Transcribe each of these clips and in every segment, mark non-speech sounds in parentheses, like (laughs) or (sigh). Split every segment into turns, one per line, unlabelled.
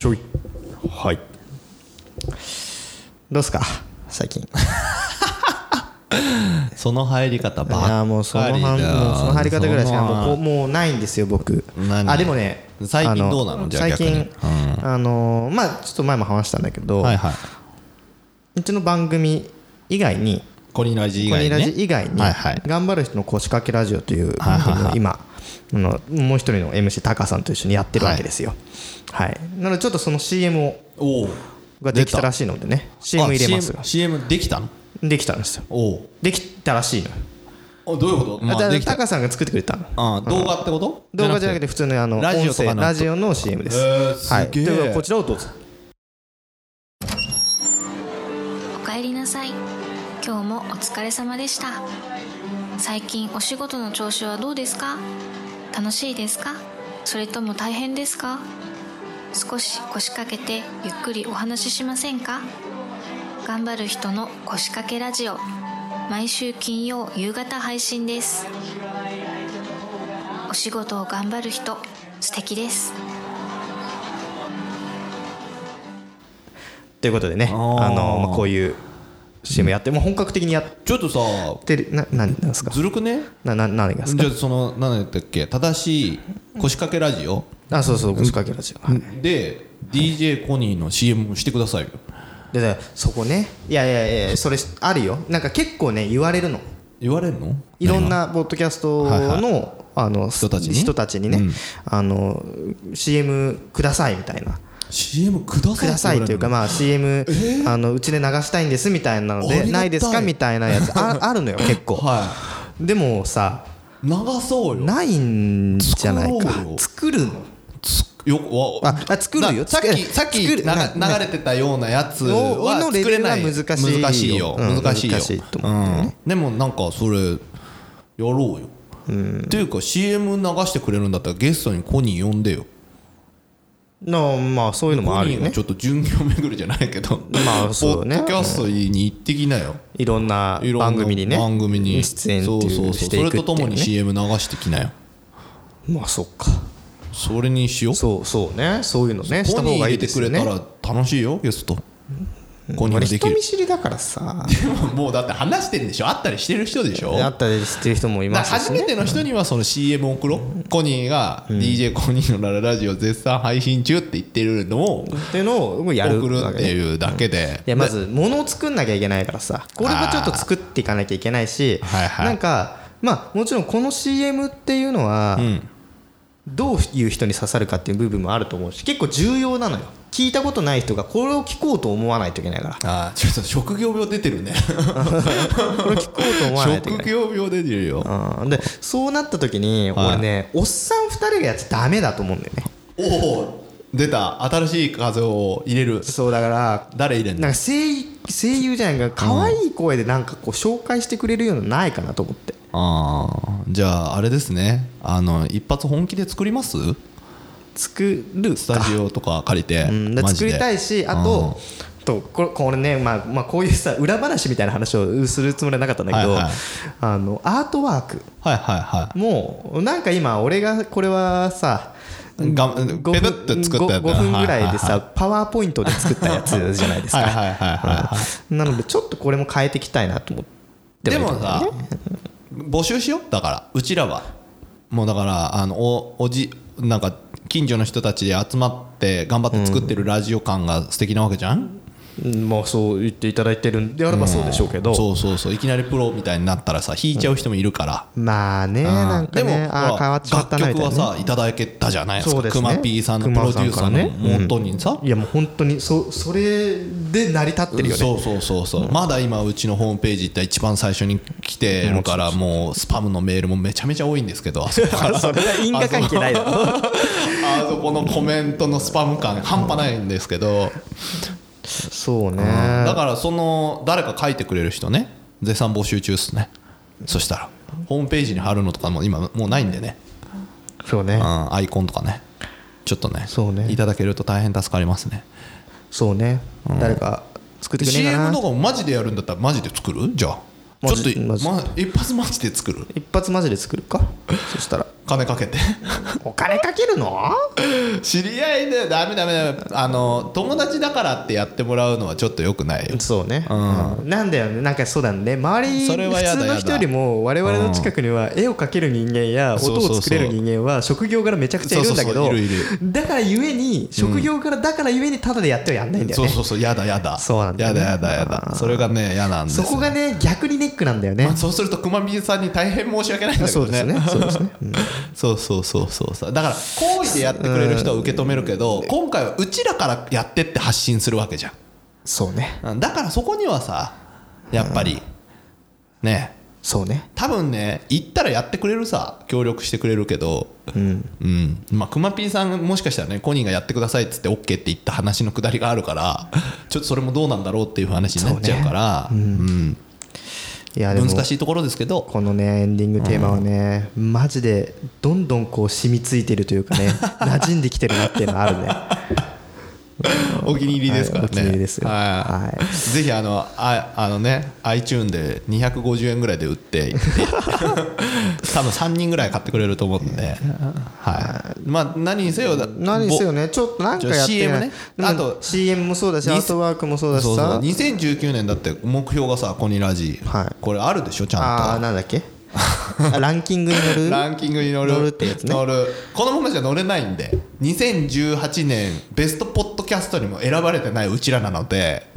ちょいはい
どうっすか最近。
その入り方ばっかりだ
ああ、もうその半、もうその入り方ぐらいしか、もうこう、もうないんですよ、僕。
何
あ、でもね。
最近
あ
どうなのじゃあ
最
逆に
近、あのー、まあ、ちょっと前も話したんだけど、
はいはいう
ちの番組以外に、
コニラジ以
コ
外
ニ
に、ね、
ラジ以外に
はいはい、
頑張る人の腰掛けラジオという番組を今、あのもう一人の MC タカさんと一緒にやってるわけですよ。はい。なので、ちょっとその CM を、
おお
ができたらしいのでね、CM 入れますが
あ CM, CM できたの
できたんですよ。
おお
できたらしいのよ。
どういうこと、まあ、
だか
で
ら
きた
タカさんが作ってくれたの。
あ動画ってこと
動画じゃな
て
くて普通のあの
ラジオと
音
か
声
なんか
ラジオの CM です。
えーすげえ
はい。ということでこちらをどうぞ。
おかえりなさい今日もお疲れ様でした最近お仕事の調子はどうですか楽しいですかそれとも大変ですか少し腰掛けてゆっくりお話ししませんか頑張る人の腰掛けラジオ毎週金曜夕方配信ですお仕事を頑張る人素敵です
ということでね、
ー
あのまあこういう CM やって、もう本格的にやっ
ちょっとさ
てるななんなんですか。
ずるくね
なな何がです
じ
か
ゃ。あその何だったっけ正しい腰掛けラジオ
あそうそう腰掛けラジオ。はい
で DJ コニーの CM もしてくださいよ
ででそこねいやいやいやそれあるよ。なんか結構ね言われるの。
言われるの
いろんなポッドキャスト
はいは
のあの
人たちに
人たちにね
うん
あの CM くださいみたいな。
CM くださ
く
い
ださいというか、まあ、CM、あのうちで流したいんですみたいなの
ありが
で
たい
ないですかみたいなやつ
(laughs)
ああるのよ結構
は
でもさ
い流そうよ
ないんじゃないか
作ろうよ
作るの
つよわ
ああ作るよ
なさっき
つ
さっき
作
流
る
流
なな
れてたようなやつ
の
は
のレ
作
ベ
れ
ルが
ない
難しいよ
難しいよ
うん
難しいよ
難しいと
うんでもなんかそれやろうよっていうか CM 流してくれるんだったらゲストにコニー呼んでよ
のまあそういうのも
コ
ある
ニ
よ
ーが
ね
ちょっと巡業巡るじゃないけど
まあ (laughs) そうね
ポッドキャストに行ってきなよ
いろんない
ろんな
番組にね
番組に
出演っていう
そうそうそう
し
そ
ていく
れ
ってい
と
うね
ともに CM 流してきなよ
まあそっか
それにしよう
そうそうねそういうのねし
コ
た方
ニー
が
入れ
いいで
て
す
く
よ
れ
ね
たら楽しいよゲストコニーが
俺
でき
人
る
見知りだからさ
もうだって話してるんでしょ会ったりしてる人でしょ
あったりしてる人もい
だ
ま
から
すし
初め
ね
ての人にはその CM 送ろうコニーが DJ コニーのラララジオ絶賛配信中って言ってるのを
っていうのをやる
送る
わ
っ
け
て
ね
いうだけで
いやまず物を作んなきゃいけないからさこれはちょっと作っていかなきゃいけないし
はいはい
なんかまあもちろんこの CM っていうのは
ん
どういう人に刺さるかっていう部分もあると思うし結構重要なのよ聞いたことない人がこれを聞こうと思わないといけないか
あーちょっと職業病出てる
(laughs)
ね
らこれを聞こうと思わないと
職
いけない
業病出てるよ
うんでそうなった時に
はい
俺ねおっさん2人がやっちゃダメだと思うんだよね
おお出た新しい風を入れる
そうだから
誰入れんの
なんか声優声優じゃないか可愛い声でなんかこう紹介してくれるようなのないかなと思って
ああじゃああれですねあの一発本気で作ります
作る
スタジオとか借りて、
うん、だから
マジ
作
で
りたいしあととこれこれね、まあまあ、こういうさ裏話みたいな話をするつもりはなかったんだけど、
はいはい
あのアートワーク
はいはいは
もなんか今俺がこれはさ
いがペ
5分
ペッと作ったやつ
5分ぐらいで
は
さパワーポイントで作ったやつじゃないです
はい
か
はいはいはいはい
なのでちょっとこれも変えていきたいなと思って
で
はいる
もさ募集しようだからうちらはもうだからあのおおじなんか近所の人たちで集まって頑張って作ってるラジオ感が素敵なわけじゃん、
うんまあそう言っていただいてるんであればそうでしょうけど、
そうそうそういきなりプロみたいになったらさ弾いちゃう人もいるから、
まあね
うん
なんか
で
ね
も
あ
ほ
ー
ら
変わっちまったなみ
楽
たい
曲
な、
は
ね、
さいただけたじゃないです
そ
か
うです
く
ね
まぴーさんのプ
熊
ロデ
さ
ュ
ん
ー
か
サ
ら
ー
ね
の元にさ、
いやもう本当にそそれで成り立ってるよね
そうそうそうそう、まだ今うちのホームページ行った一番最初に来てるからもうスパムのメールもめちゃめちゃ多いんですけ
(laughs)
どあそこから
それは因果関係ないだろ
あそこのコメントのスパム感半端ないんですけど、
そうね
だからその誰か書いてくれる人ね絶賛募集中っすねそしたらホームページに貼るのとかも今もうないんでね、
そう
う
ね
ん、アイコンとかねちょっとね
そうね
いただけると大変助かりますね
そうね誰か作ってくれねえか
CM
な
とかもマジでやるんだったらマジで作るじゃあち
マ
ょっ
ジ
と、
マジ
ま、一発マジで作る
一発マジで作るかそしたら
金かけて
お金かけるの
知り合いでダメダメダメあの友達だからってやってもらうのはちょっとよくないよ
そうね、
うん
うんなんだよねなんかそうだね周り
それはやだ
普通の人よりも我々の近くには絵を描ける人間や
そう
音
そうそう
を作れる人間は職業柄めちゃくちゃいるんだけど
そうそうそういるい
だからゆえに職業柄だからゆえにただでやってはやんないんだよ
そ
ね
うそうそうやだやだ
そうなんだ
や
よね
だやだやだそれがね嫌なんです
そ
よ
こがね逆にネックなんだよね
まあ、そうすると熊美さんに大変申し訳ないんだけ
そ
ど
うです
ね
ねそうですね
そうそうそうそうそうだから好意でやってくれる人は受け止めるけど今回はうちらからやってって発信するわけじゃん
そうね
うんだからそこにはさやっぱりね
そうね
多分ね行ったらやってくれるさ協力してくれるけど
うん
うんまあくまぴーさんもしかしたらねコニーがやってくださいっつって OK って言った話のくだりがあるから (laughs) ちょっとそれもどうなんだろうっていう話になっちゃうから
いや
う
で
ん
も
難しいところですけど
このねエンディングテーマはね、マジでどんどんこう染みついてるというか
(laughs)
ね馴染んできてるなっていうのはあるね
お気に入りですからね、
はいお気に入りですよ
は
はい
ぜひあのああのね iTune で250円ぐらいで売
(laughs)
っていって多分3人ぐらい買ってくれると思うんで、はい、まあ何にせよだ
何にせよねちょっとなんかやって
ちょ CM
ない
ね
でも
あと
CM もそうだし
に
アートワークもそう
ぼ
だし
そうそう
さ
2019年だって目標がさコニラジ、
はい
これあるでしょち
あ
ゃ
あ
ん
なんだっ
(laughs)
けあランキングに乗
と
る
ランキングに乗る
乗るってやつね
乗るこのままじゃ乗れないんで2018年ベストポッドキャストにも選ばれてないうちらなので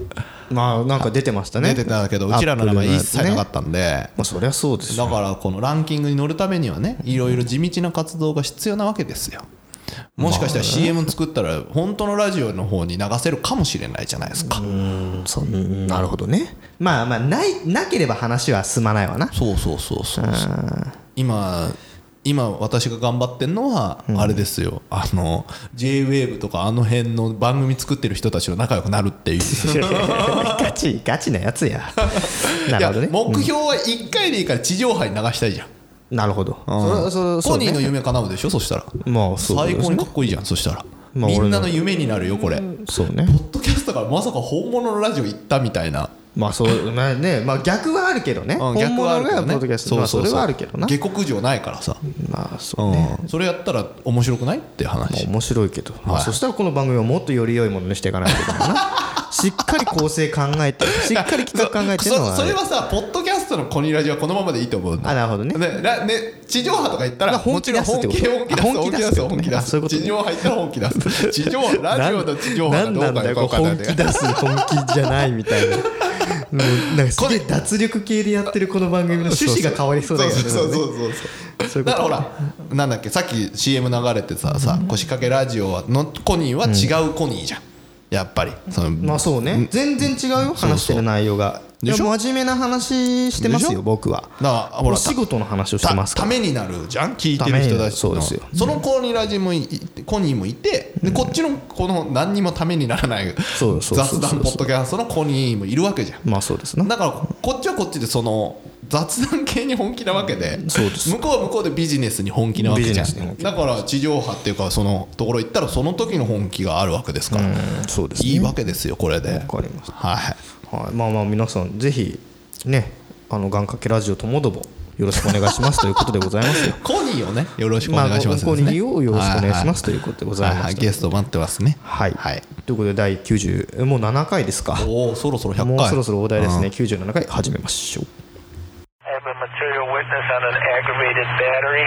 まあなんか出てましたね
出てたけどうちらの名前一切なかったんで
たまあそりゃそうですよ
だからこのランキングに乗るためにはねいろいろ地道な活動が必要なわけですよもしかしたら CM 作ったら本当のラジオの方に流せるかもしれないじゃないですか
うんそんなるほどねまあまあないなければ話は進まないわな
そうそうそうそう今今私が頑張ってんのはあれですよ、あの JWAVE とかあの辺の番組作ってる人たちと仲良くなるっていう
(laughs) ガチガチなや
(laughs)
つや (laughs) ないる
や
ほどね
目標は1回でいいから地上波に流したいじゃん、
なるほどそそそ
コ
うね
ニーの夢叶うでしょそしたら
まあそう
最
で
高
すね
にかっこいいじゃんそしたら、
まあ
みんなの
俺の
夢になるよこれ、
そうね
ポッドキャストからまさか本物のラジオ行ったみたいな、
まあそうまあねまあ逆はあるけどね
うん
本物がポッドキャストまあそれはあるけどな
下克上ないからさ、
まあそうね
うん、それやったら面白くないって
まあ
話、
面白いけど、まあ
はい
そしたらこの番組をもっとより良いものにしていかないといけ
(laughs)
ないなしっかり構成考えてしっかり企画考えてるのは
そそれはさポッドキャストのコニラジはこのままでいいと思うんだ
あなるほどね
でらね地上波とか行ったら
まあ
も
本
ち
気
ろん
出すっ
本
てこ
気
と
本気出す本気出す本気
あ本気出すってことね
出
あそういう
す
ことね
地上波行ったら本気出す地上波 (laughs) ラジオの地上波
な
が
ん
どうか
なんだよ
どうか
こう本気出す本気じゃないみ
(laughs)
たいなもうなんかすげえ脱力系でやってるこの番組の趣旨が変わりそうだけどね
そうそうそうそうそう
そういうこ
だ
と
からほらなんだっけさっき CM 流れてささ腰掛けラジオはのコニーは違うコニーじゃんやっぱりその
まあそうね全然違うよ話してる内容が
でしょ
いや真面目な話してます
でしょ
よ僕は
だからほら
お仕事の話をしてます
た
か
た
ら
めになるじゃん聞いてる人たち
ためになるそう
の
ですよ
そのコニーラジもいコニーもいてでこっちのこの何にもためにならない
そう
雑
そうそうそう
談ポッドキャストのコニーもいるわけじゃん
まあそうですな
だからこっちはこっちでその雑談系に本気なわけで
そうです
向こうは向こうでビジネスに本気なわけじゃ
ビジネスに本
ん
気
だから地上波っていうかそのところ行ったらその時の本気があるわけですから
うんそうですね
いいわけですよこれで
わかりました
はい
はい、まあまあ皆さんぜひねあの願掛けラジオともどもよろしくお願いしますということでございますよ。
コニーをねよろし (laughs) くお願いします
まあごご購入をよろしくお願いします
は
ということでございました
ははゲスト待ってますね
はい、
はい
ということで第90もう7回ですか
おおそろそろ100回
もうそろそろ大台ですね、97回始めましょう。
I have a material witness on an aggravated battery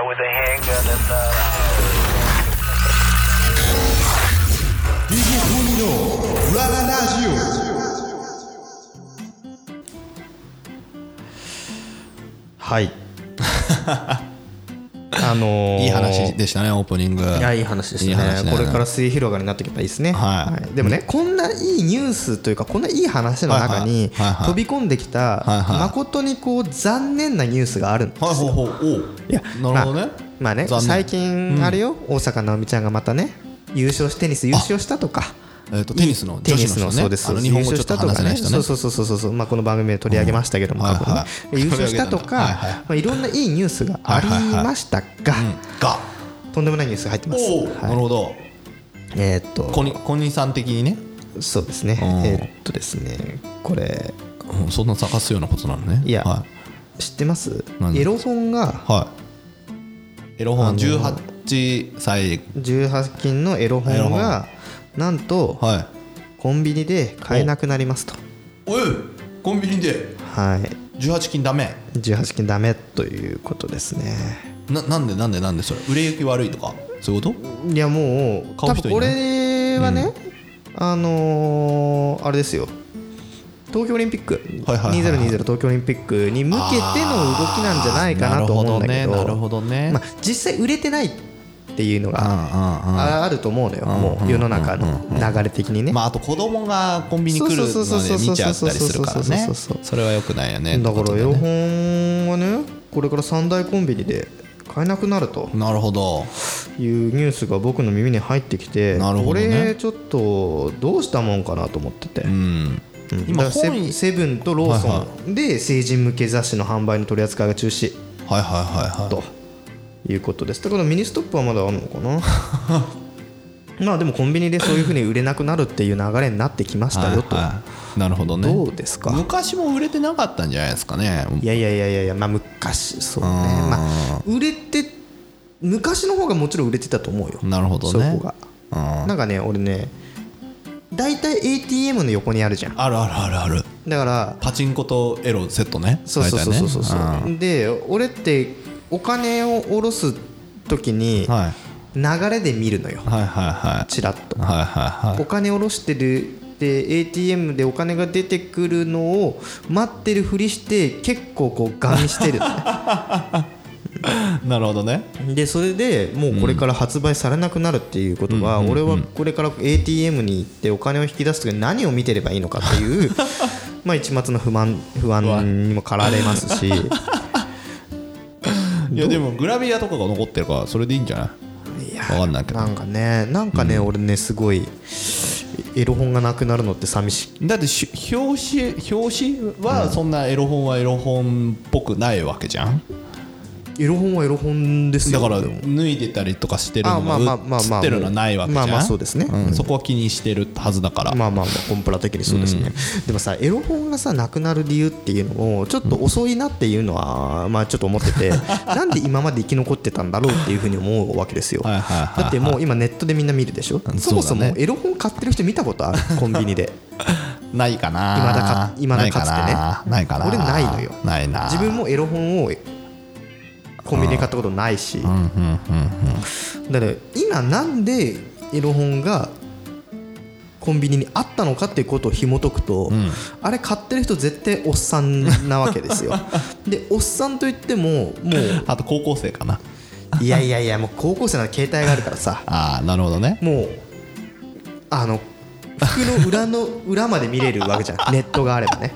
uh, with a handgun and. Uh
DJ コニーの裏ララジオ
(laughs)
はいあのー
いい話でしたねオープニングい
いやいい話でしたね
話だよ
これから末広がりになっていけばいいですね、
はい
でもねこんないいニュースというかこんないい話の
はい
中に
はいはいはい
飛び込んできた
はいはい
誠にこう残念なニュースがあるんですよ
はいほうほうおう
いや
なるほどね
まあ、まあね
残念
最近あれよ、大坂なおみちゃんがまたね優勝しテニス優勝したとか
えーとテニスの
テ
女
ニ
子
ス
の
の
人ね
そうです
あの日本語
優
ちょ
勝
っ
し
と話せ
たとか
ない
ね
人
そ
ね
うそうそうそうそうまあこの番組で取り上げましたけども
うん
過去に
は
ね
いはい
優勝したと
(laughs)
か
はいはい
まあいろんないいニュースがありましたが
が
とんでもないニュースが入ってます
おお
はい
なるほど
えーっと
コニコニーさん的にね
そうですね、
うん
えーっとですね、これ、
うんそんな探すようなことなのね
いや
は
知ってます
何
エロ本が
いはエロ本18歳
18金のエロ
エロ
本
本
がなんと
はい
コンビニで買えなくなりますと
おいコンビニで
はい
18金ダメ
18金ダメということですね
ななんでなんでなんでそれ売れ行き悪いとかそういうこ
いやもう
買う
多
人
分
いない
俺はね、あのーあれですよ東京オリンピック、
はいはいはいはい
2020東京オリンピックに向けての動きなんじゃないかなと思うんだけど
あーなるほどねなるほどね
まあ、実際売れてないっていうの
と
がああると思うのよもう世の中の流れ的にね、
まあ、あと子供がコンビニ来るので
そうそうそうそうそう
見ちゃったりするからね
そうそうそうそう
それはよくないよね
だか
と
ら
い
エ
う
ロ
ことでね
本はねこれから三大コンビニで買えなくなると
なるほど
いうニュースが僕の耳に入ってきて
なるほどね
これちょっとどうしたもんかなと思ってて、
うん今
だからセブ
本
ンセブンとロー
はい
ソ
は
ンで成人向け雑誌の販売の取り扱いが中止
はいはいはいはい
ということですだからミニストップはまだあるのか
(laughs)
なまあでもコンビニでそういうふうに売れなくなるっていう流れになってきましたよと、
はいはいなるほどね
どうですか
昔も売れてなかったんじゃないですかね
いやいやいやいやいやまあ昔そうね
うん
まあ売れて昔の方がもちろん売れてたと思うよ
なるほど
そ
ね
こが
うん
なんかね俺ね大体 ATM の横にあるじゃん
あるあるあるある
だから
パチンコとエロセットね
そうそうそうそうそうそう
大体ね
で俺ってお金を下ろす時に
うんはい
流れで見るのよ
はいはいはい
チラッと
はいはいは
お金下ろしてるで ATM でお金が出てくるのを待ってるふりして結構こうガン見してるのね
いなるほどね
でそれでもうこれから発売されなくなるっていうことは、俺はこれから ATM に行ってお金を引き出す時に何を見てればいいのかって (laughs) いうまあ一抹の不満不安にも駆られますしい
いやでもグラビアとかが残ってるからそれでいいんじゃない
や
わかんないけど
んかねなんかね、俺ねすごいエロ本がなくなるのって寂しい
だってし表紙表紙はそんなエロ本はエロ本っぽくないわけじゃん
エロ本はエロ本です
だ
よ
から
でも
脱いでたりとかしてるの
あまあまあま
が映
あ
ってるのはないわけじゃん
まあまあそうですね
んそこは気にしてるはずだから
まあまあまあコンプラ的にそうですね、でもさエロ本がさなくなる理由っていうのをちょっと遅いなっていうのは、まあちょっと思ってて
(laughs)
なんで今まで生き残ってたんだろうっていうふうに思うわけですよ
はいはいはいはい
だってもう今ネットでみんな見るでしょ
うん
そもそ
そうだ
も
ね
エロ本買ってる人見
(laughs)
たことあるコンビニで
ないかな
未だか未だ
ない
かつてね
ないかな
俺ないのよ
ないな
自分もエロ本をコンビニで買ったことないし、だから今なんでエロ本がコンビニにあったのかっていうことを紐解くと、あれ買ってる人絶対おっさんなわけで
(laughs)
すよでおっさんといってももう
あと高校生かない
やいやいやもう高校生なら携帯があるからさ
ああなるほどね
もうあの服の裏の裏まで見れるわけじゃ
(laughs)
んネットがあればね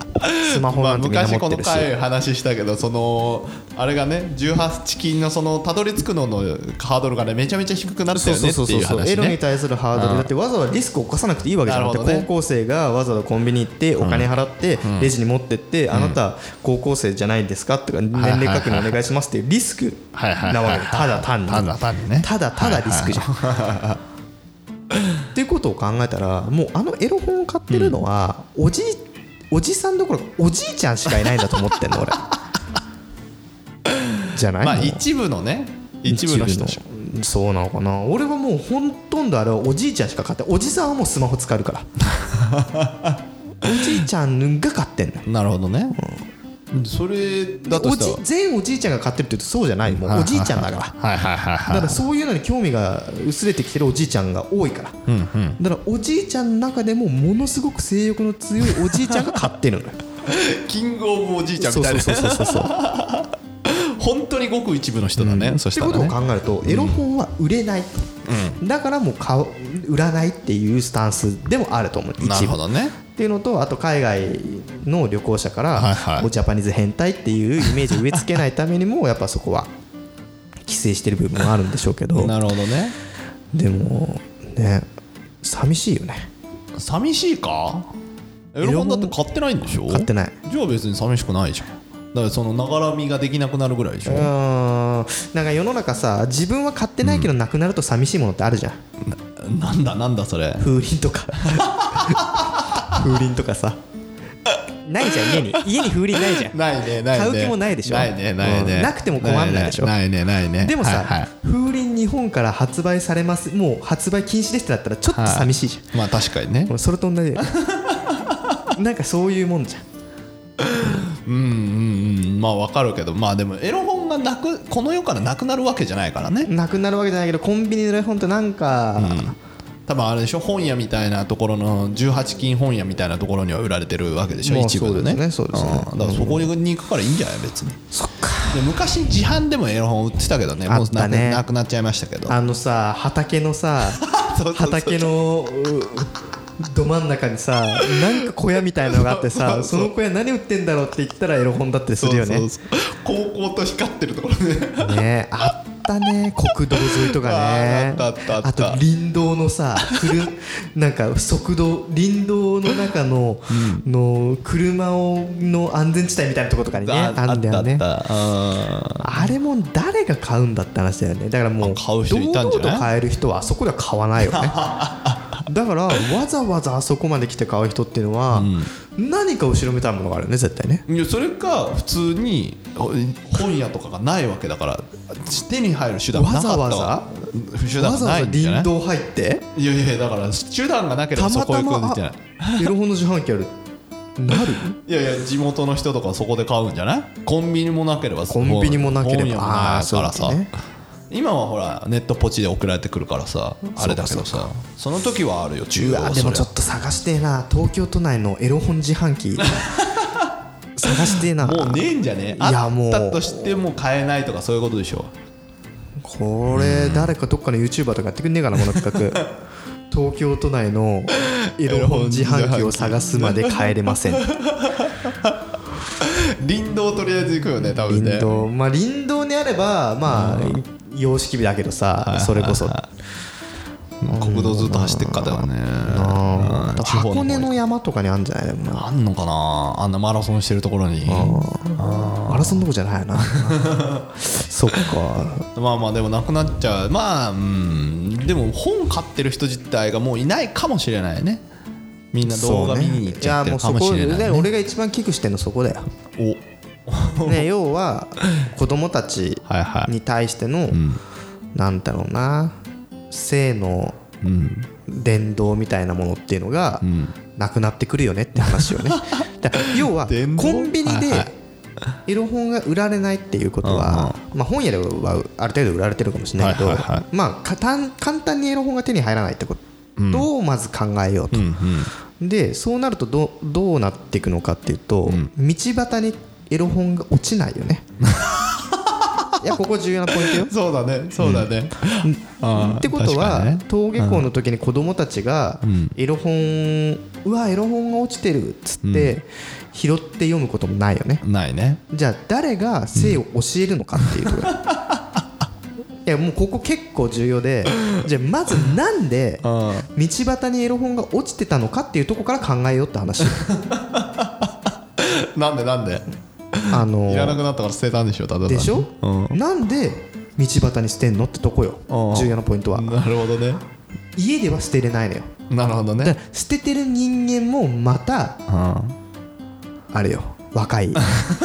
スマホ
ま
な
あ、
んてみんな持
昔
っ
こ
て
の
るし、
回話したけどそのあれがね18金のそのたどり着くののハードルがねめちゃめちゃ低くなった
そう
よ
そ
ねっ
う
て
そうそ
いうう
そう、
話
エロに
ね
対するハードルだってわざわざリスクを犯さなくていいわけじゃな
なる
く
ほ
て、
どね
高校生がわざわざコンビニ行ってお金払ってレジに持ってって、あなた高校生じゃないですかとか年齢確認お願いしますっていうリスク
はいはいはい
なわけよただ単
(laughs)
に
ただ単にね
ただただリスクじゃん。っていうことを考えたらもうあのエロ本を買ってるのはおじいおじさんどころかおじいちゃんしかいないんだと思ってん
(laughs)
の俺じゃない
まあ
もう
一部のね一部の人でしょ
一部のそうなのかな俺はもうほとんどあれはおじいちゃんしか買っておじさんはもうスマホ使えるからおじいちゃんが買ってんの
なるほどね、それだと
お
した
じ
ら
全おじいちゃんが買ってるって言うとそうじゃないもうおじいちゃんだから
(laughs) はいはいはいはい
だからそういうのに興味が薄れてきてるおじいちゃんが多いから、だからおじいちゃんの中でもものすごく性欲の強いおじいちゃんが買ってるのよ
キングオブおじいちゃん
そ
み
う
たい
そう
な
そうそ
(laughs)
うそうそう
本当にごく一部の人だね、そ
っ
してた
こ
ら
とを
ね
考えると、エロ本は売れない、だからもう買う売らないっていうスタンスでもあると思う
な
一
る
部
ほどね
っていうのとあと海外の旅行者から、
はいはい
もうジャパニーズ変態っていうイメージを植え付けないためにもやっぱそこは規制してる部分もあるんでしょうけ
(laughs)
ど
なるほどね
でもね寂しいよね
寂しいかエロ本だって買ってないんでしょ
買ってない
じゃあ別に寂しくないじゃんだからそのながらみができなくなるぐらいでしょ
うーんなんか世の中さ自分は買ってないけどなくなると寂しいものってあるじゃ
(laughs)
ん、
なんだなんだそれ
風鈴とか風鈴とかさないじゃん家に家に風鈴ないじゃん
ないねないね
買う気もないでしょ
ないねないね、
うんなくても困んないでしょ
ないねないね
でもさ、
はいはい
風鈴日本から発売されますもう発売禁止ですってなったらちょっと寂しいじゃん、
まあ確かにね
それと (laughs) 同じだよなんかそういうもんじゃん
うんうんうんまあわかるけどまあでもエロ本がなくこの世からなくなるわけじゃないからね
なくなるわけじゃないけどコンビニの絵本ってなんか、
多分あれでしょ本屋みたいなところの18金本屋みたいなところには売られてるわけでしょ、
まあ
一部のね
そうですねそうですね
んだからそこに行くからいいんじゃない別に
そっか
で昔自販でもエロ本売ってたけどねもうな
あった
く
ね
なくなっちゃいましたけど
あのさ畑の (laughs) さ
そうそうそう
畑のうど真ん中にさなんか小屋みたいのがあってさその小屋何売ってんだろうって言ったらエロ本だったりするよね
そうそうそう高校と光ってるところで
ねあったね国道沿いとかね
あーあったあったあった
と林道のさくるなんか側道林道の中の,、の車をの安全地帯みたいなところとかにね
あ
あ
あ
ん
った
だ
あ
よね
ったあ
あれも誰が買うんだって話だよねだからもう
あ買う人いたんじゃない
堂々と買える人はあそこでは買わ
(laughs)
ないよねだからわざわざあそこまで来て買う人っていうのは、何か後ろめたいものがあるよね絶対ね
ーいやそれか普通にほ本屋とかがないわけだから手に入る手段がなかった
わざわ
ざ手
わ
段
ざ
が
わ
な
ざ
いんじゃな
林
い
道入って
いやいやだから手段がなけれ
た
ば
ま
そこ
た
行く
ま
んじゃない
あエロ本の自販機あるなる
いやいや地元の人とかそこで買うんじゃないコンビニもなければ
コンビニもなければ
本屋もな
あー
いから
そ
さ、
うだね
今はほらネットポチで送られてくるからさあれだけどさその時はあるよ中
う
央
わ
は
でも
そ
ちょ
れ
っと探してえな東京都内のエロ本自
(laughs)
販機探してえな
もうねえんじゃね
いや
あ
も
っ
う
たとしても買えないとかそういうことでしょ
これ誰かどっかの YouTuber とかやってくんねえかなこの企画東京都内のエロ本自販機を探すまで帰れません
林道とりあえず行くよね多分ね
林道まあ林道にあればまあ様式日だけどさそれこそ
国道ずっと走ってっからだよね
あ
うん
と
地方
箱根
方
の
に
山とかにあるんじゃないでもな
あんのかなあんなマラソンしてるところに
マラソンのとこじゃない
(laughs)
よなそっか
まあまあでもなくなっちゃうまあうんでも本買ってる人自体がもういないかもしれないねみんな動画見に行っちゃってるかもしれない,、
やもうそこで俺が一番危惧してんのそこだよ、ね、要は子供たち
はいはい
に対しての、なんだろうな性の
おうん
伝道みたいなものっていうのが、なくなってくるよねって
(laughs)
話よねだから要はコ
伝道
ンビニで
はいはい
エロ本が売られないっていうことは、まあ、本屋ではある程度売られてるかもしれないけど、
はいはいはい
まあ、かたん簡単にエロ本が手に入らないってことをまず考えようと、
うんうん
でそうなるとどどうなっていくのかっていうと、道端にエロ本が落ちないよ
(laughs)
ねいやここ重要なポイントよ
そうだねそうだね、あー
ってこと
確
は、
かにね
登下校の時に子供たちが
ん
エロ本、うわエロ本が落ちてるっつって、拾って読むこともないよね
ないね
じゃあ誰が性を教えるのかっていうところ、い (laughs) やもうここ結構重要でじゃあまずなんで道端にエロ本が落ちてたのかっていうところから考えようって話
なんでなんで
あの
いらなくなったから捨てたんでしょただ
でしょ、
うん
なんで道端に捨てんのってとこよ
うん
重要なポイントは
なるほどね
家では捨てれないのよ
なるほど
だ
ね
から捨ててる人間もまた
うん
あれよ
(laughs)
若い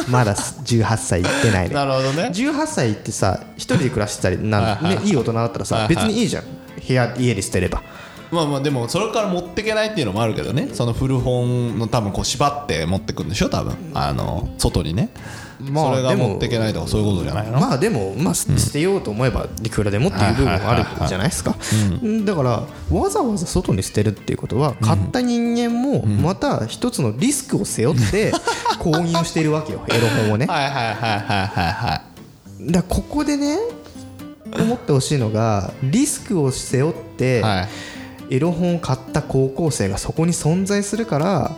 まだ18歳行ってないね
なるほどね
18歳ってさ一人で暮らしてたりな
はい
ね
はい
いい大人だったら
はい
さ
はい
別にいいじゃん部屋家に捨てれば
まあまあでもそれから持ってけないっていうのもあるけどねその古本の多分こう縛って持ってくんでしょ多分あの外にね、
まあ
それが
でも
持ってけないとかそういうことじゃないの、
まあでもまあす捨てようと思えばいくらでもっていう部分もあるじゃないですかうんだからわざわざ外に捨てるっていうことは買った人間もまた一つのリスクを背負って購入しているわけよエロ本をね
はいはいはいはいはいは
だからここでね思ってほしいのがリスクを背負って、
いはい
エロ本を買った高校生がそこに存在するから、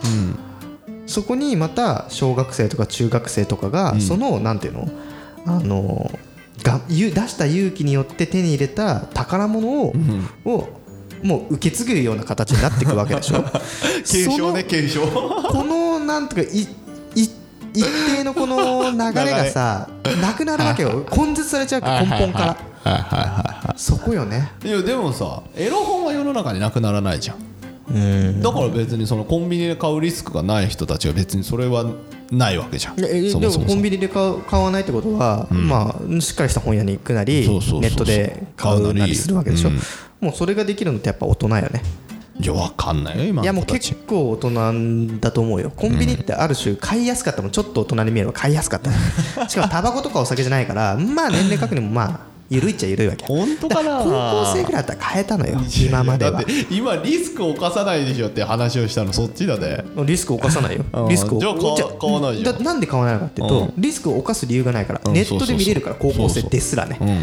そこにまた小学生とか中学生とかが、そのなんていうのあのがゆ出した勇気によって手に入れた宝物を,、をもう受け継ぐような形になっていくわけでしょ
継承ね
その
継承 (laughs)
このなんとかいい一定のこの流れがさなくなるわけよ根絶されちゃうから根本からそこよね
いやでもさエロ本は世の中になくならないじゃんだから別にそのコンビニで買うリスクがない人たちは別にそれはないわけじゃん
ええ
そ
で
も
も
そも
コ
さ
ンビニで買う買わないってことは、まあ、しっかりした本屋に行くなり
そうそうそうそう
ネットで買うなりするわけでしょ、
買うな
もうそれができるのってやっぱ大人よね
いやわかんないよ今
いや
の
も
子
う
たち
結構大人だと思うよコンビニってある種買いやすかったもんちょっと大人に見えれば買いやすかった (laughs) しかもタバコとかお酒じゃないからまあ年齢確認もまあ緩いっちゃ緩いわけ
本当かな
だら高校生ぐらいだったら買えたのよ今まで
(laughs) だ
は
って今リスクを犯さないでしょって話をしたのそっちだね
リスクを犯さないよ
うん
リスク
(laughs)
を
じゃあ買わ
じゃ
買わないじゃん
だなんで買わないのかっていうと、
うん
リスクを犯す理由がないから、
うん
ネットで見れるから
そう
高
そうそう
校生ですらね
うん
で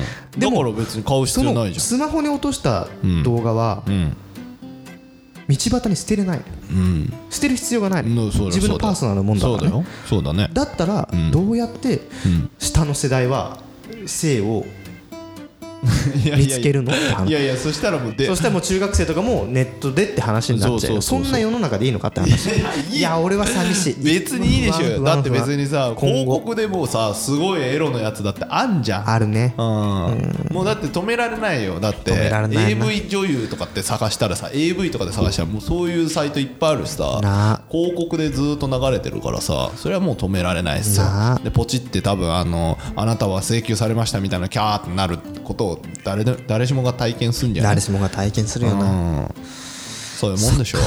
だか
も
ら別に買う
そ
必要な
の
いじゃ
スマホに落とした動画は、
んうん
道端に捨てれないの
うん
捨てる必要がないの、
うんそうだ
自
そ
分の
うだ
パーソナルなもんだから、ね、
そうだよそうだね
だったら
ん
どうやって
ん
下の世代は性を
いやいや
見つけるのって話
いやいやそしたらもうで
そしたらもう中学生とかもネットでって話になっちゃうよ
そうそうそうそう
そ
ん
な世の中でいいのかって話いや俺は寂しい
別にいいでしょ
不
よ
安不安
だって別にさ
不安
広
今後
告でもうさすごいエロのやつだってあんじゃん
あるね
うんもうだって止められないよだって
止められないな
AV 女優とかって探したらさ AV とかで探したらもうそういうサイトいっぱいあるし
な
さ広告でずっと流れてるからさそれはもう止められないっすよ
な
でポチって多分あのあなたは請求されましたみたいなキャーってなることを誰で誰しもが体験するんじゃない
誰しもが体験するよ
う
な、
んそういうもん
(laughs)
でしょ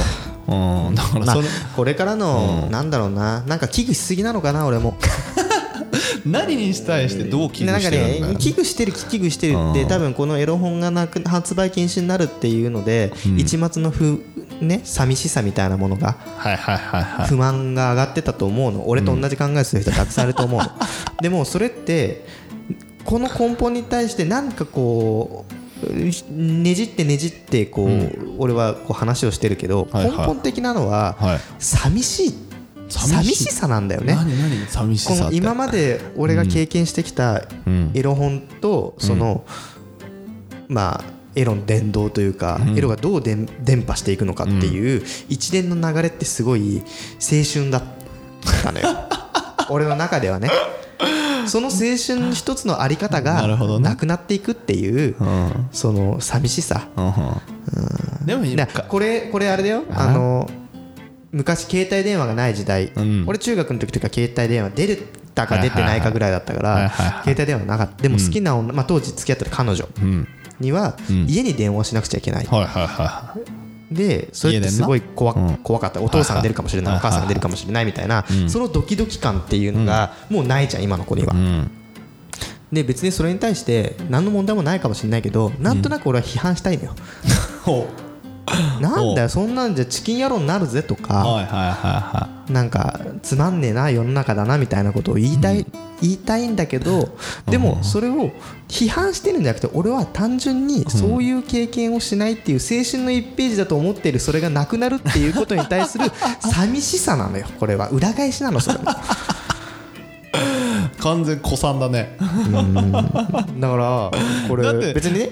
うんだから
まあ
それ、
これからの、なんだろうななんか危惧しすぎなのかな俺も
何に対してどう危惧
なん
し
か
てるんだよ
ね危惧してる危惧してるって多分このエロ本がなく発売禁止になるっていうので、一抹のふね寂しさみたいなものが
はいはいはいはい
不満が上がってたと思うの俺と同じ考えする人たくさんいると思うの、 (laughs) でもそれってこの根本に対して何かこうねじってねじってこう、俺はこう話をしてるけど、
はいはい
根本的なのは、
はい
寂しい
寂
寂
しい
しさなんだよね
何何寂し
こ
さっ
の
て
今まで俺が経験してきた
ん
エロ本とその、まあエロの伝導というか、エロがどう伝伝播していくのかっていう一連の流れってすごい青春だっ
(laughs)
たのよ俺の中ではねその青春の一つのあり方
なるほど
が
ね
なくなっていくっていう、
ん
その寂しさ
うんうんでも
な
今
これこれあれだよ
あ
あの昔携帯電話がない時代、
ん
俺中学の時とか携帯電話出てたか出てないかぐらいだったか
はい
ら
はいはい
携帯電話なかったでも好きな女、まあ、当時付き合ってた彼女
うん
には家に電話しなくちゃいけない、
はいはいはい
でそれってすごい怖怖かったお父さんが出るかもしれない、
はい
お
はい
母さんが出るかもしれないみたいな、そのドキドキ感っていうのがもうないじゃん今の子には、
うん
で別にそれに対して何の問題もないかもしれないけどなんとなく俺は批判したいのよ、
ほ
なんだよそんなんじゃチキン野郎になるぜとか、
うはいはいは
なんかつまんねえな世の中だなみたいなことを言いたい、言いたいんだけどでもそれを批判してるんじゃなくて俺は単純にそういう経験をしないっていう青春の一ページだと思っているそれがなくなるっていうことに対
(laughs)
する寂しさなのよこれは裏返しなのそれもだ
いはい完全古参だね
からこ
だって
れ別にね
うん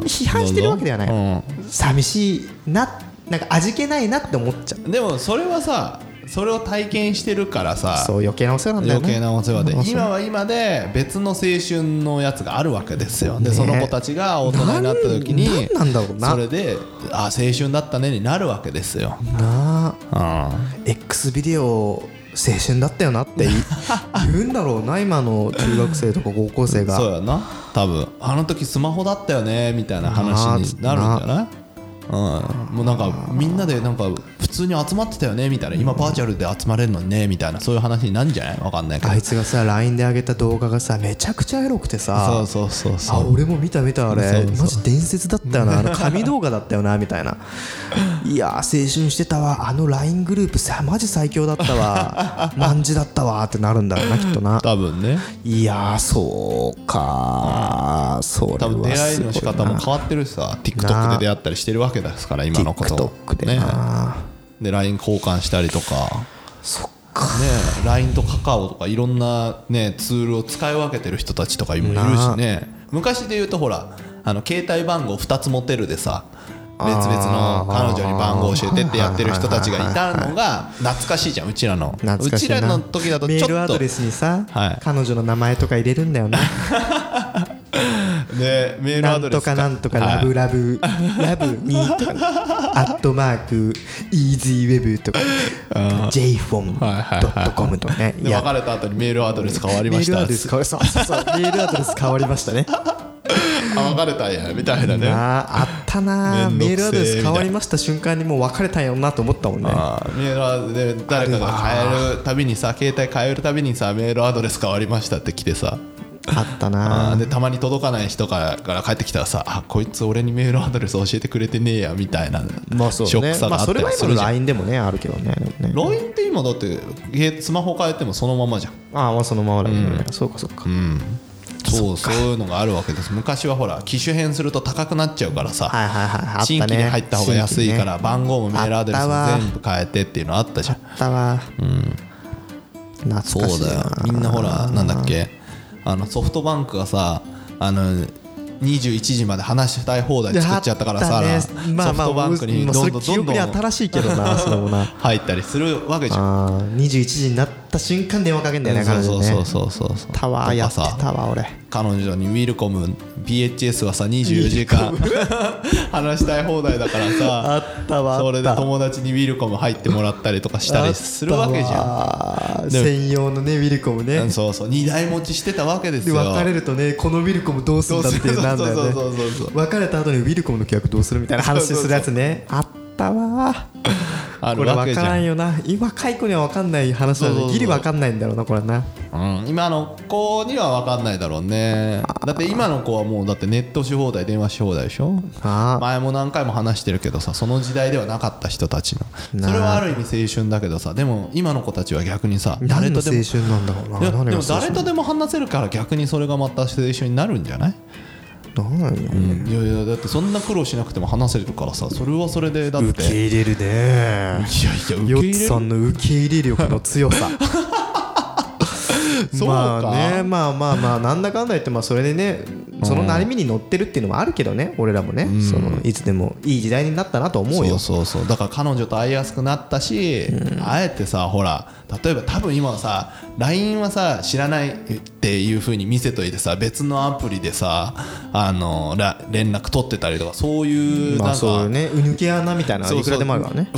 批判してるわけではない
うん
寂しいななんか味気ないなって思っちゃう
でもそれはさそれを体験してるからさ
そう余計なお世話なんだよ
余
ね
計なお世話で
余計な
今は今で別の青春のやつがあるわけですよで
ね
その子たちが大人になった時に
なんなんだろうな
それであ青春だったねになるわけですよ
なあ
うん
X ビデオ青春だったよなってい
(laughs)
言うんだろうな今の中学生とか高校生
そう
が
やな多分あの時スマホだったよねみたいな話になるんじゃないうん、もうなんかみんなでなんか普通に集まってたよねみたいな今バーチャルで集まれるのにねみたいなそういう話になるんじゃないわかんないけど
あいつがさ LINE で上げた動画がさめちゃくちゃエロくて
そ
さ
うそうそうそ
あ
う
俺も見た見たあ
そう
れ
そう
マジ伝説だったよ
(laughs)
なあの神動画だったよなみたいないやー青春してたわあの LINE グループさマジ最強だった
(laughs)
わマンジだったわってなるんだろうなきっとな
多分ね
いやーそうかーそれは
多分出会いの仕方も
す
変わってるしさ TikTok で出会ったりしてるわけですから今のこと
ごいな TikTok でな、
で LINE 交換したりとか
そっ
ね LINE とカカオとかいろんな、ね、ツールを使い分けてる人たちとかもいるしね昔で言うとほらあの携帯番号2つ持てるでさ別々の彼女に番号教えてってやってる人たちがいたのが懐かしいじゃんうちらの
懐
う
かし
ち
いな
らの時だとちょ
メールア
っ
ド
と
レスにさ、
はい
彼女の名前とか入れるんだよな
で (laughs) メール
な
アド
ん
レス
とかなんとかラブラブ、ラブ
(laughs)
ミートアットマークイージーウェブとか jfom.com とかね
で
や
別れた後にメールアドレス変わりました
メールアドレス変わり (laughs) そうそうそうメールアドレス変わりましたね
あ別れたんやみたいなね
あーあったなーメ
めんどくせー
ールアドレス変わりました瞬間にもう別れたんやろなと思ったもんね
あーメールアドレスで誰かが変えるたびにさ携帯変えるたびにさメールアドレス変わりましたって来てさ
あった
あ
な
ー
ー
でたまに届かない人からから帰ってきたらさあこいつ俺にメールアドレス教えてくれてねえやみたいな
まあそう
ショック
ね
さが
まあ
あった
それ
り
は
す
今
る
の
じゃん
LINE でもねあるけどねね
LINE って今だってえスマホ変えてもそのままじゃん
ああまあそのままだけどねそうかそうか
そうそういうのがあるわけです昔はほら機種変すると高くなっちゃうからさ、
はいはいはいあったね
新規に入った方が安いから、
新規ね
番号もメールアドレスも
あったわ
全部変えてっていうのあったじゃん
あったわ懐かしい
そ
な
うだよみんなほらなんだっけあのソフトバンクがさあの21時まで話したい放題作っちゃったからさ、
やったねま
ソ
あ
フ
まあ
トバンクに
もう
どん
も
ど
うんそ
ど
れ
んどん
記憶に新しいけど
(laughs)
なそれもな
入ったりするわけじゃん
あー21時になった瞬間電話かけんだよね
そ
彼
うそ
女
う
ね
そうそうそうそう
タワーやって
とかさ
たわ俺
彼女にウィルコム BHS はさ24時間話したい放題だからさ
あったわあった
それで友達にウィルコム入ってもらったりとかしたりするわけじゃ
ゃん
でも
専用のねウィルコムね
んそうそう2台持ちしてたわけです
で
よ
別れるとねこのウィルコムどうするんだってなんだよね
そうそうそうそうそう
別れた後にウィルコムの契約どうするみたいな話するやつねあったわ
あ
こ
る
れ
わけ
分
じ
から
ゃん
んよな今解雇には分かんない話なん
そうそう
で
そう
ギリ分かんないんだろうなこれな
うん、今の子には分かんないだろうねだって今の子はもうだってネットし放題電話し放題でしょ
あ
前も何回も話してるけどさその時代ではなかった人たちの
なあ
それはある意味青春だけどさでも今の子たちは逆にさ
何の
と
青
でも
春なんだろうない
や
何が
でも
青春
誰とでも話せるから逆にそれがまた青春になるんじゃない、
なんやね
いやいやだってそんな苦労しなくても話せるからさそれはそれでだって
受け入れるね
いやいや受け
ヨ
入
ッ
れ
ツ
る
さんの受け入 (laughs) れ力の強さ
そうか
まあねまあまあまあなんだかんだ言ってまあそれでねその波に乗ってるっていうのもあるけどね俺らもねそのいつでもいい時代になったなと思う
そ
よ
うそうそうだから彼女と会いやすくなったし、あえてさほら例えば多分今はさ LINE はさ知らないっていう風に見せといてさ別のアプリでさあのら連絡取ってたりとかそういう
ま
な
あ
ん
そう
か
よ。ね抜け穴みたいなの
そうそう
いくらでもあるからね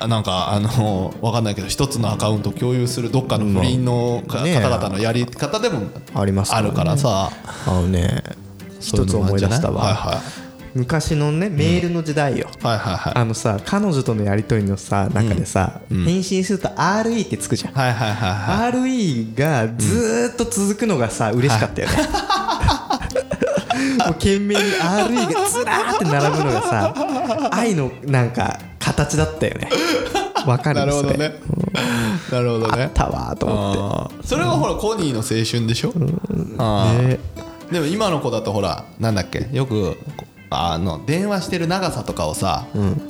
あなんかあのわかんないけど一つのアカウント共有するどっかの不倫のか
ねえ
方々のやり方でも
ありますか
あ
らね
るからさ
あのね
そう
一
う
つ
の
思い出した
はい
わ昔のねメールの時代よ
はいはいはいはい
あのさ彼女とのやり取りのさ中でさ返信すると RE ってつくじゃん
はいはいはいはい
RE がずーっと続くのがさ嬉しかったよね、もう懸命に RE がずらーって並ぶのがさ愛のなんか形だったよねわかる
なるほど
それ
ねなるほど
あ
ね
ったわーと思っ
あーそれはほらコニーの青春でしょ、あ
て
ー
ね
でも今の子だとほらなんだっけよくこあの電話してる長さとかをさ、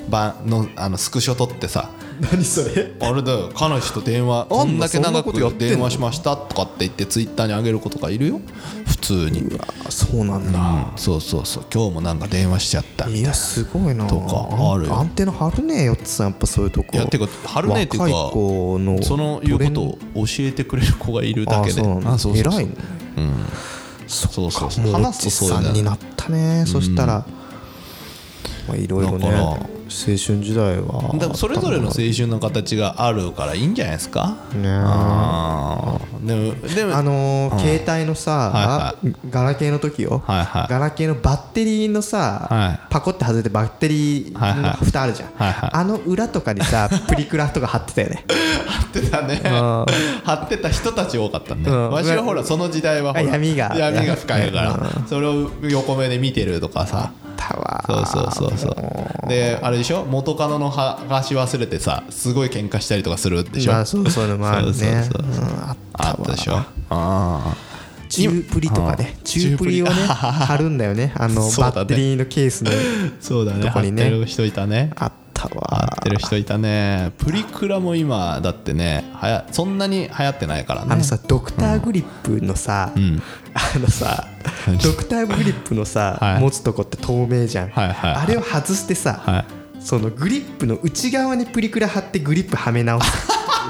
ばのあのスクショ撮ってさ
(laughs) 何それ
あれだよ彼女と電話
あんの
こんだけ
そんな
長
ことやっ
く
てんの
電話しましたとかって言ってツイッターに上げる子とかいるよ普通に
あそうなんだ
うんそうそうそう今日もなんか電話しちゃった
いやすごいな
とかあるよ
アンテナ張るねえよってさやっぱそういうとこ
いやてか春ねえっていうか
若い子の
そのいうことを教えてくれる子がいるだけで
あそうなんだ
あそうそうそう
偉いね
そうそうそう
もうお
話
じ
すとそう
さ
だ
ん
よね
になったねそしたらまあいろいろね
だから
青春時代は
だからそれぞれの青春の形があるからいいんじゃないですか
ね
あーでもでも
あのー携帯のさ
は
ガラケーの時よ
はいはい
ガラケーのバッテリーの
は
さ
い
パコって外れてバッテリー
はい
の
はい
蓋あるじゃん
はいはい
あの裏とか
(laughs)
にさプリクラとか貼ってたよね
貼ってた (laughs) ね貼ってた人たち多かったね
うん
わしはほらその時代はほら
闇が
闇が深いからそれを横目で見てるとかさ
タワ
そう
ー
そうそうそうであれでしょ元カノの剥がし忘れてさすごい喧嘩したりとかするでしょ
まあそうそういうのもあるね
そうそうそう
うんあ
あったでしょああ
中プリとかね中
中
プ
プ
リ
リ
をね貼るんだよねあの
(laughs) そうだね
バッテリーのケースの
そうだね
どこ
貼っ
に
て
ね
る人いたね
あった
合
わ
ってる人いたねプリクラも今だってねはやそんなに流行ってないからね
あのさドクターグリップのさ、あのさ
何
ドクターグリップのさ、
はい
持つとこって透明じゃん、
はいはいはい
あれを外してさ、
はい
そのグリップの内側にプリクラ貼ってグリップはめ直す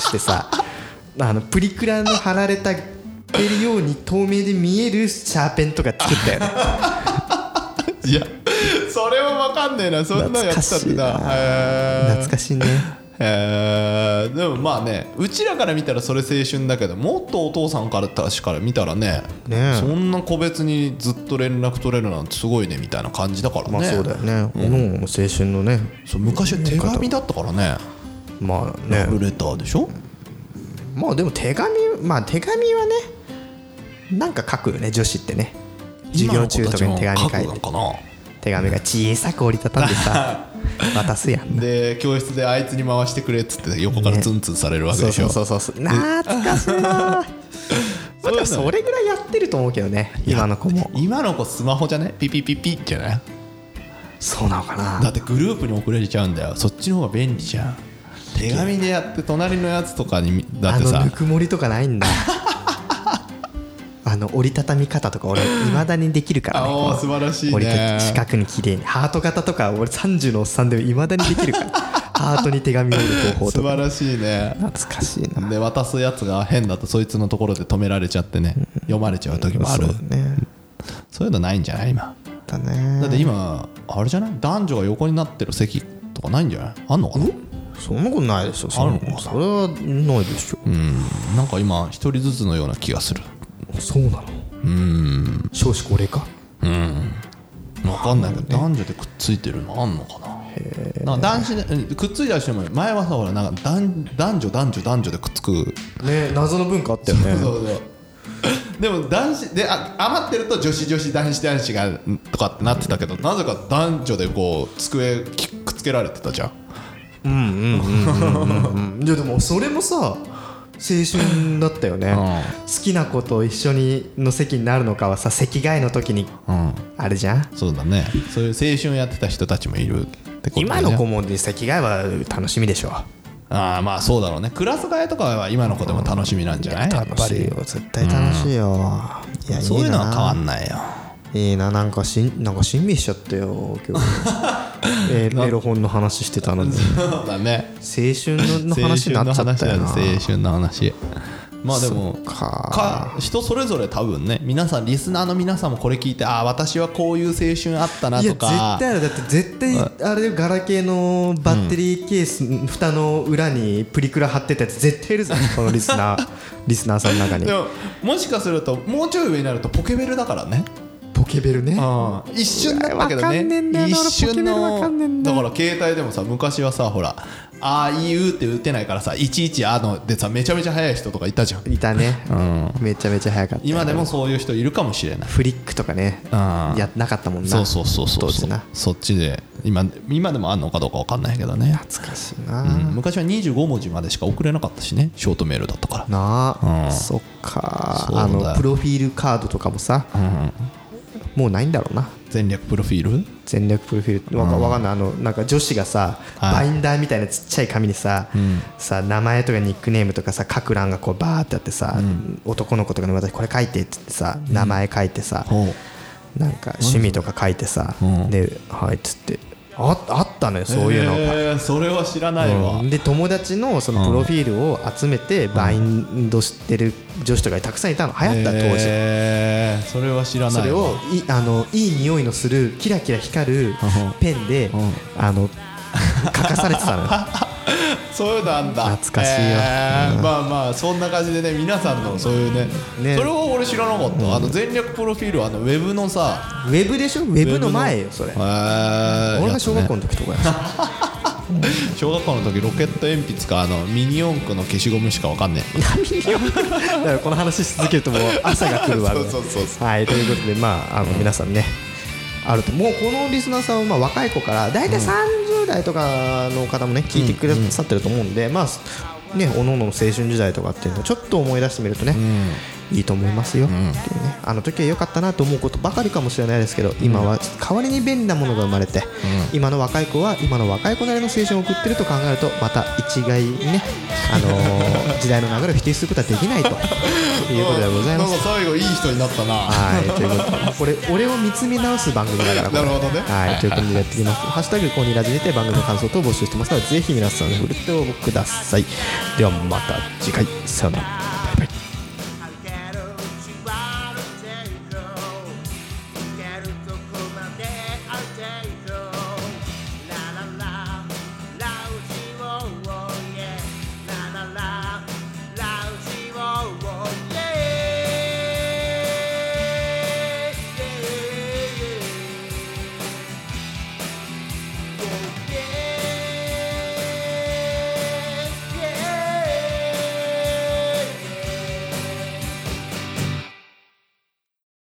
してさ (laughs) あのプリ
(laughs)
クラの貼られたってるように透明で見えるシャーペンとか作ったよね
(laughs) いやそれは分かんねえなそんな
懐
んや
か
ってたっ
してい
な
な
へー
懐かしいね
えーでもまあねうちらから見たらそれ青春だけどもっとお父さんからたちから見たらね
ねえ
そんな個別にずっと連絡取れるなんてすごいねみたいな感じだからね,、
まあそうだよねおのおのも青春のね
そう昔は手紙だったからね
まあ
ラ
ね
ブレターでしょ
まあでも手紙まあ手紙はねなんか書くよね女子ってね授業中とかに手紙書
今の子
い
たちも書
て
くのか
手紙が小さく折りたたんでさ (laughs) 渡すやん
な
な
で教室であいつに回してくれっつって横からツンツンされるわけ
そ
で
う
しょ、
そうそうそう懐かしい
(laughs)
なまあでもそれぐらいやってると思うけどね今の子も
今の子スマホじゃねピピピピじゃない
そうなのか
だっ
な
てグループに送れちゃうんだよそっちの方が便利じゃん手紙でやって隣のやつとかにだ
あ
って
の
さ
ぬくもりとかない
(laughs)
んだあの折りたたみ方とか俺いまだにできるからね
あー
この
素晴らしいね
折りた四角に綺麗にハート型とか俺30のおっさんでもいまだにできるから (laughs) ハートに手紙を折る方法
素
とか
晴らしいね
懐かしいな
で渡すやつが変だとそいつのところで止められちゃってね読まれちゃう時もある
そうね
そういうのないんじゃない今
だね
だって今あれじゃない男女が横になってる席とかないんじゃないあんのかな
そんなことないでしょ
あるのかな
それはないでしょ
うんなんか今一人ずつのような気がする
そうなのうん少子高齢化
分かんないけど男女でくっついてるのあんのかななんか男子でうんくっついたりしても前はさほらなんか男男女男女男女でくっつく
ね謎の文化あったよね
そうそうでも男子であ余ってると女子女子男子男子がんとかってなってたけどなぜか男女でこう机きくっつけられてたじゃん
(laughs) いやでもそれもさ青春だったよね、
う
好きな子と一緒にの席になるのかはさ席替えの時に
うん
あれじゃん
そうだねそういう青春やってた人たちもいるってことだ
今
よね
の子もね席替えは楽しみでしょ
ああまあそうだろうねクラス替えとかは今の子でも楽しみなんじゃないやっぱ
楽しい
り
よ絶対楽しいよ、いや
そういうのは変わ
い
んないよ
いないいななんかしんなんかしんみりしちゃったよ
(laughs)
今日えーエロ本の話してたのに
そうだね
青春のの話になっちゃったよ
(laughs)
な
青春の話だね青春の話まあでも
そっか
か人それぞれ多分ね皆さんリスナーの皆さんもこれ聞いてああ私はこういう青春あったない
や
と
絶
か
対あるだって絶対あれよガラケーのバッテリーケース、蓋の裏にプリクラ貼ってたやつ絶対い
(laughs)
るぞこのリスナーリスナーさんの中に
でももしかするともうちょい上になるとポケベルだからね
ポケベルね
一瞬だったけど
わかんねえんだよ
ね
な
一瞬
俺ポケベルわかんねえ
の
んだ
だから携帯でもさ昔はさほら「あいう」って打てないからさ「いちいちあ」のでさめちゃめちゃ速い人とかいたじゃん
いたね、めちゃめちゃ早かった
今でもそういう人いるかもしれない
フリックとかね
あー
やなかったもんな
そうそうそうそう
当時
そう
な
そっちで今今でもあんのかどうかわかんないけどね
懐かしいな、
うん昔は25文字までしか送れなかったしねショートメールだったから
なあ、
うん
そっか
そうだ
あ
よ
のプロフィールカードとかもさ、もうないんだろうな
全略プロフィール
全力プロフィールわかわかんないあのなんか女子がさ
は
バ
い
インダーみたいなちっちゃい紙にささ名前とかニックネームとかさ書く欄がこうバーってあってさ男の子とかに私これ書いてって言ってさ名前書いてさ
ほう
なんか趣味とか書いてさ
うん
ではいっつってああったのよそういうのが。
えーそれは知らないわ、
で友達のそのプロフィールを集めてバインドしてる女子とかたくさんいたの流行った当時、
えーそれは知らない
それ
わ
をいあのいい匂いのするキラキラ光るペンで、
ん
あの書かされてたのよ
そういうのあんだ
懐かしいわ
えーまあまあそんな感じでね皆さんのそういうね
ね
それは俺知らなかった、あの全略プロフィールはあのウェブのさ
ウェブでしょウェブの前よそれ
えー
俺が小学校
や
の時とかや
つね小学校の時ロケット鉛筆かあのミニ四駆の消しゴムしかわかんねえ
だからこの話し続けるともう朝が来る
(laughs)
わ
そうそうそうそ
はいということでまああの皆さんねあるともうこのリスナーさんはまあ若い子から大体30代とかの方もね聞いてくださってると思うんでまあねおのおのの青春時代とかっていうのをちょっと思い出してみるとね、いいと思いますよっていうねあの時は良かったなと思うことばかりかもしれないですけど今は代わりに便利なものが生まれて、今の若い子は今の若い子なりの青春を送ってると考えるとまた一概にね、あのー
(laughs)
時代の流れを否定することはできないということでござ
(laughs)
います
なん。か最後いい人になったな
はい、ということで、これ、俺を見つめ直す番組だから、これ
なるほどね
はい、ということでやっていきます。ハッシュタグ、コーニーラジでて番組の感想等を募集してますので、ぜひ皆さん、ふるって応募ください。では、また次回、さようなら。